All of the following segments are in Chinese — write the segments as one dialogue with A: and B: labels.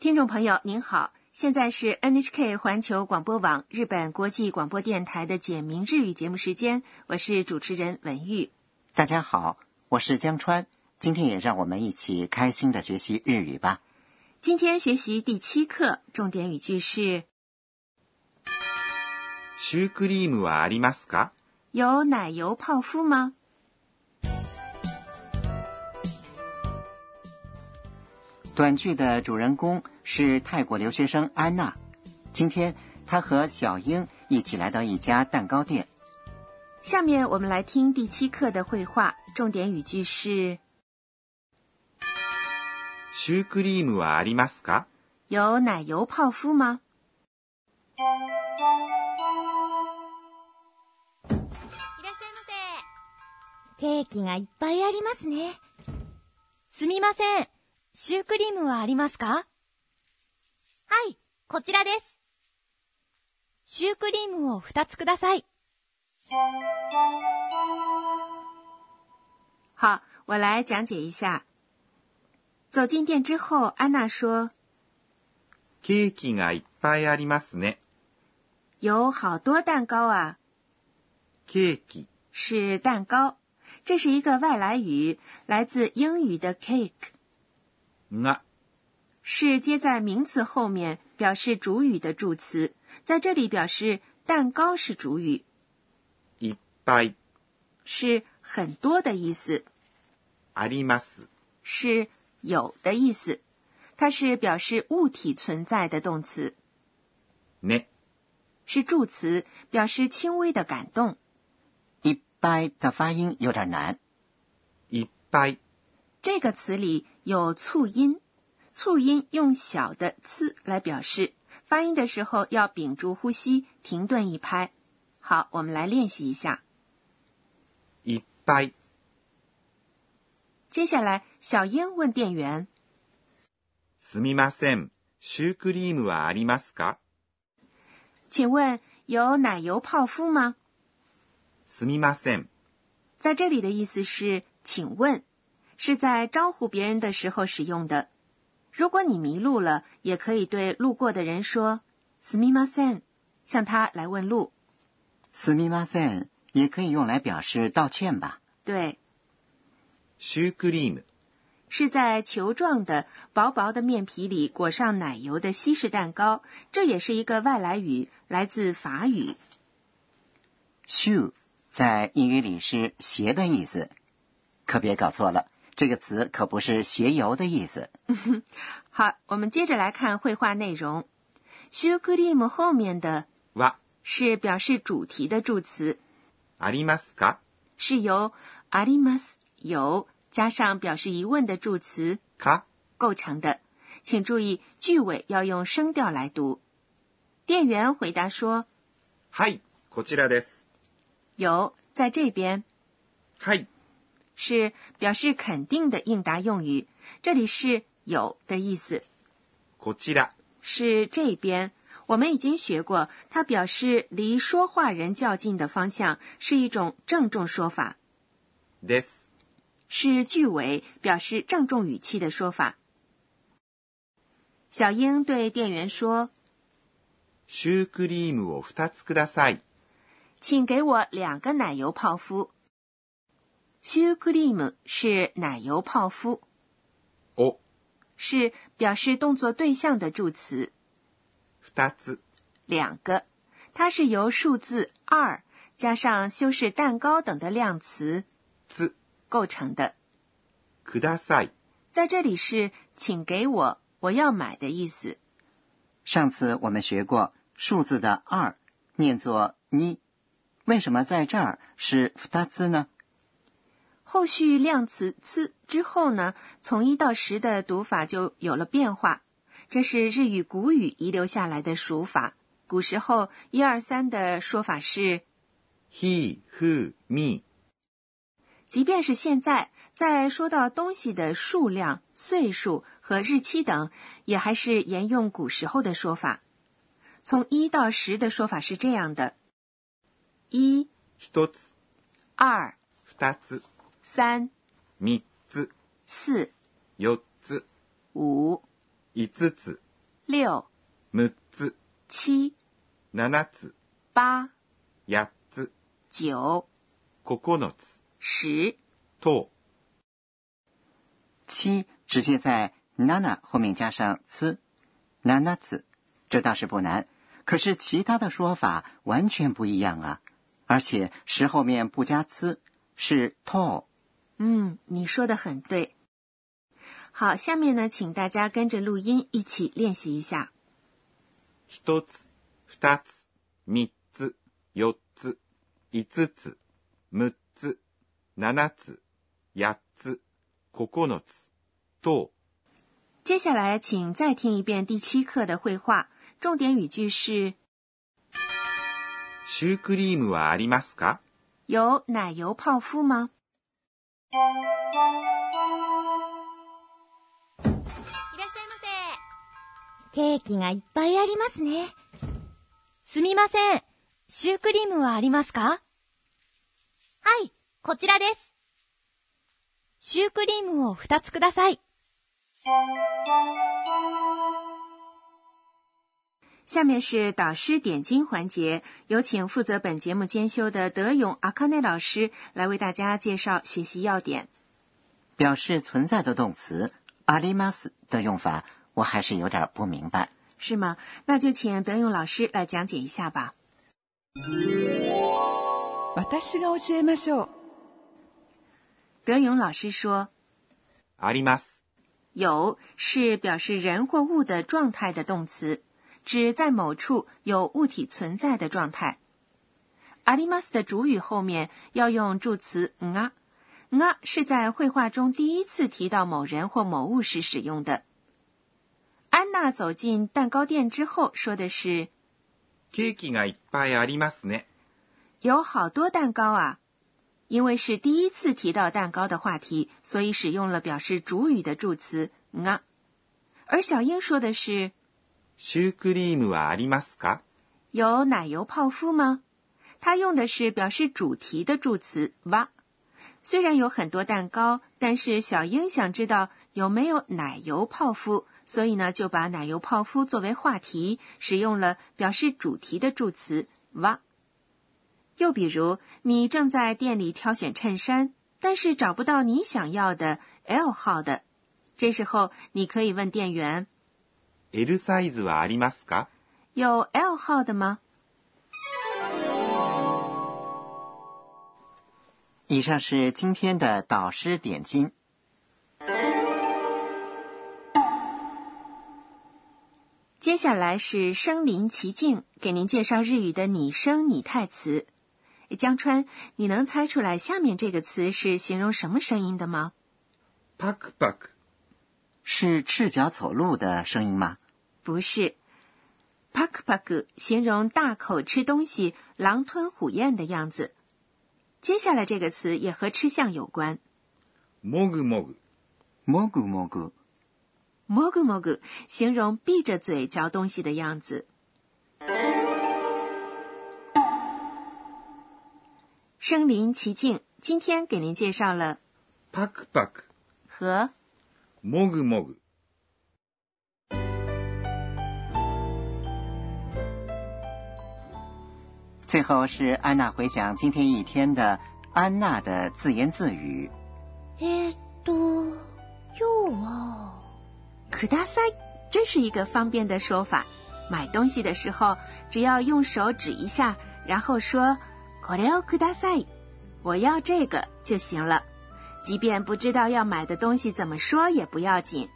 A: 听众朋友您好，现在是 NHK 环球广播网日本国际广播电台的简明日语节目时间，我是主持人文玉。
B: 大家好，我是江川，今天也让我们一起开心的学习日语吧。
A: 今天学习第七课，重点语句是
C: シュークリームはありますか
A: 有奶油泡芙吗？
B: 短剧的主人公是泰国留学生安娜，今天她和小英一起来到一家蛋糕店。
A: 下面我们来听第七课的绘画，重点语句是
C: シュークリームはありますか
A: 有奶油泡芙吗？
D: いらっしゃいませ。ケーキがいっぱいありますね。すみません。シュークリームはありますかはい、こちらです。シュークリームを2つください。
A: 好，我来讲解一下。走进店之后，安娜说
C: ケーキがいっぱいありますね。：“
A: 有好多蛋糕啊，
C: ケーキ
A: 是蛋糕。”这是一个外来语，来自英语的 cake，
C: が
A: 是接在名词后面表示主语的助词，在这里表示蛋糕是主语，
C: いっぱい
A: 是很多的意思，
C: あります
A: 是有的意思。它是表示物体存在的动词，
C: ね。
A: 是助词，表示轻微的感动。
B: 一般的发音有点难，
C: いっぱい
A: 这个词里有促音，促音用小的“呲”来表示。发音的时候要屏住呼吸，停顿一拍。好，我们来练习一下。
C: いっぱい
A: 接下来，小英问店员
C: すみません。シュークリームはありますか：“
A: 请问有奶油泡芙吗
C: すみません。？”
A: 在这里的意思是“请问”，是在招呼别人的时候使用的。如果你迷路了，也可以对路过的人说“すみません”，向他来问路。
B: すみません也可以用来表示道歉吧。
A: 对，
C: シュークリーム
A: 是在球状的薄薄的面皮里裹上奶油的西式蛋糕，这也是一个外来语，来自法语。
B: shoe 在英语里是鞋的意思，可别搞错了，这个词可不是鞋油的意思。
A: 好，我们接着来看绘画内容。シュークリーム后面的
C: は
A: 是表示主题的助词，
C: ありますか
A: 是由あります有加上表示疑问的助词
C: か
A: 构成的。请注意句尾要用声调来读。店员回答说
C: はい、こちらです。：“
A: 有，在这边。”
C: はい、
A: 是表示肯定的应答用语，这里是“有”的意思，
C: こちら
A: 是这边。我们已经学过，它表示离说话人较近的方向，是一种郑重说法，
C: です。
A: 是句尾表示郑重语气的说法。小英对店员说
C: シュークリームを2つください。：“
A: 请给我两个奶油泡芙。”シュークリーム是奶油泡芙，
C: を
A: 是表示动作对象的助词。
C: 2つ
A: 两个，它是由数字二加上修饰蛋糕等的量词
C: つ
A: 构成的，
C: ください。
A: 在这里是“请给我，我要买”的意思。
B: 上次我们学过数字的二念作に，为什么在这儿是二つ呢？
A: 后续量词“呲”之后呢，从一到十的读法就有了变化，这是日语古语遗留下来的数法。古时候一二三的说法是
C: ひ、ふ、み、
A: 即便是现在，在说到东西的数量、岁数和日期等，也还是沿用古时候的说法。从一到十的说法是这样的：一、
C: 一つ、
A: 二、
C: 二つ、
A: 三、
C: 三つ、
A: 四、
C: 四つ、
A: 五、
C: 五つ、
A: 六、
C: 6つ、
A: 七、
C: 7つ、
A: 八、
C: 8つ、
A: 九、
C: 9つ、
A: 十。
C: 等、
B: 七直接在7后面加上つ、7つ，这倒是不难。可是其他的说法完全不一样啊！而且十后面不加つ，是と。
A: 嗯，你说的很对。好，下面呢，请大家跟着录音一起练习一下。
C: 1つ、2つ、3つ、4つ、5つ、6つ、7つ、8つ、9つ、等、
A: 接下来，请再听一遍第七课的绘画，重点语句是
C: シュークリームはありますか
A: 有奶油泡芙吗？
D: いらっしゃいませ。ケーキがいっぱいありますね。すみません。シュークリームはありますかはい、こちらです。シュークリームを2つください。
A: 下面是导师点睛环节，有请负责本节目监修的德勇阿卡内老师来为大家介绍学习要点。
B: 表示存在的动词あります的用法，我还是有点不明白。
A: 是吗？那就请德勇老师来讲解一下吧。
E: 私が教えましょう。
A: 德勇老师说，
C: あります。
A: 有是表示人或物的状态的动词，指在某处有物体存在的状态。あります的主语后面要用助词が。が是在绘画中第一次提到某人或某物时使用的。安娜走进蛋糕店之后说的是
C: ケーキがいっぱいありますね。
A: 有好多蛋糕啊。因为是第一次提到蛋糕的话题，所以使用了表示主语的助词が。而小英说的是
C: シュークリームはありますか
A: 有奶油泡芙吗？它用的是表示主题的助词哇。虽然有很多蛋糕，但是小英想知道有没有奶油泡芙，所以呢就把奶油泡芙作为话题，使用了表示主题的助词哇。又比如，你正在店里挑选衬衫，但是找不到你想要的 L 号的，这时候你可以问店员
C: ?L サイズはありますか
A: 有 L 号的吗？
B: 以上是今天的导师点睛。
A: 接下来是身临其境，给您介绍日语的拟声拟态词。江川，你能猜出来下面这个词是形容什么声音的吗？
C: パクパク。
B: 是赤脚走路的声音吗？
A: 不是，パクパク形容大口吃东西、狼吞虎咽的样子。接下来这个词也和吃相有关，
C: もぐもぐ。
B: 蘑菇蘑菇，
A: もぐもぐ形容闭着嘴嚼东西的样子。身临其境，今天给您介绍了
C: パクパク。
A: 和。
C: もぐもぐ。
B: 最后是安娜回想今天一天的安娜的自言自语。
D: えっと、今日は、
A: ください，这是一个方便的说法。买东西的时候，只要用手指一下，然后说“これをください”，我要这个就行了。即便不知道要买的东西怎么说也不要紧。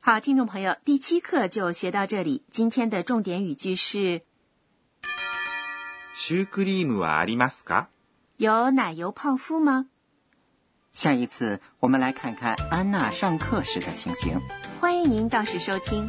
A: 好，听众朋友，第七课就学到这里。今天的重点语句是
C: シュークリームはありますか
A: 有奶油泡芙吗？
B: 下一次我们来看看安娜上课时的情形。
A: 欢迎您到时收听。